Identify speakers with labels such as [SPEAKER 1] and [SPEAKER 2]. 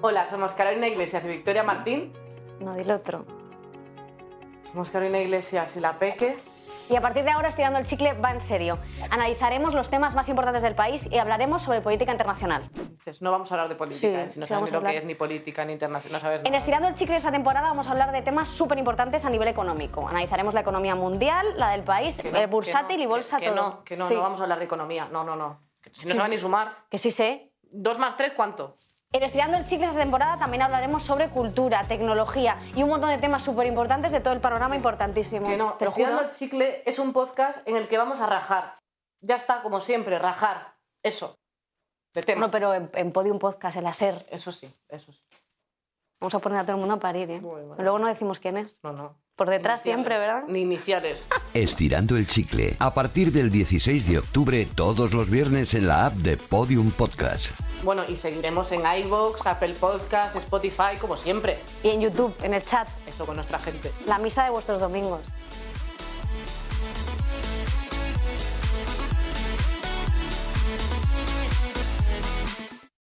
[SPEAKER 1] Hola, somos Carolina Iglesias y Victoria Martín.
[SPEAKER 2] No, del otro.
[SPEAKER 1] Somos Carolina Iglesias y la Peque.
[SPEAKER 2] Y a partir de ahora, Estirando el Chicle va en serio. Analizaremos los temas más importantes del país y hablaremos sobre política internacional.
[SPEAKER 1] Dices, no vamos a hablar de política,
[SPEAKER 2] Sí,
[SPEAKER 1] ¿eh? si no
[SPEAKER 2] sí,
[SPEAKER 1] sabes
[SPEAKER 2] vamos
[SPEAKER 1] ni
[SPEAKER 2] a
[SPEAKER 1] lo que
[SPEAKER 2] hablar.
[SPEAKER 1] es ni política ni internacional, no sabes
[SPEAKER 2] En
[SPEAKER 1] nada.
[SPEAKER 2] Estirando el Chicle esta temporada vamos a hablar de temas súper importantes a nivel económico. Analizaremos la economía mundial, la del país,
[SPEAKER 1] Que no,
[SPEAKER 2] el
[SPEAKER 1] que
[SPEAKER 2] eh, bursátil
[SPEAKER 1] no,
[SPEAKER 2] y bolsa
[SPEAKER 1] que,
[SPEAKER 2] todo.
[SPEAKER 1] Que no, que no,
[SPEAKER 2] Sí,
[SPEAKER 1] no vamos a hablar de economía, no, no, no. Si no
[SPEAKER 2] Sí.
[SPEAKER 1] saben ni sumar,
[SPEAKER 2] Que sí sé.
[SPEAKER 1] ¿dos más tres cuánto?
[SPEAKER 2] En Estirando el Chicle esta temporada también hablaremos sobre cultura, tecnología y un montón de temas súper importantes de todo el panorama importantísimo.
[SPEAKER 1] Que no,
[SPEAKER 2] Te lo juro.
[SPEAKER 1] Estirando el Chicle es un podcast en el que vamos a rajar. Ya está, como siempre, rajar. Eso. De temas.
[SPEAKER 2] No, pero en, en Podium Podcast, el hacer.
[SPEAKER 1] Eso sí, eso sí.
[SPEAKER 2] Vamos a poner a todo el mundo a parir, ¿eh?
[SPEAKER 1] Muy bueno.
[SPEAKER 2] Luego no decimos quién es.
[SPEAKER 1] No, no.
[SPEAKER 2] Por detrás
[SPEAKER 1] Iniciales.
[SPEAKER 2] siempre, ¿verdad?
[SPEAKER 1] Ni iniciales.
[SPEAKER 3] Estirando el chicle. A partir del 16 de octubre, todos los viernes en la app de Podium Podcast.
[SPEAKER 1] bueno, y seguiremos en iVoox, Apple Podcast, Spotify, como siempre.
[SPEAKER 2] Y en YouTube, en el chat,
[SPEAKER 1] Eso con nuestra gente.
[SPEAKER 2] la misa de vuestros domingos.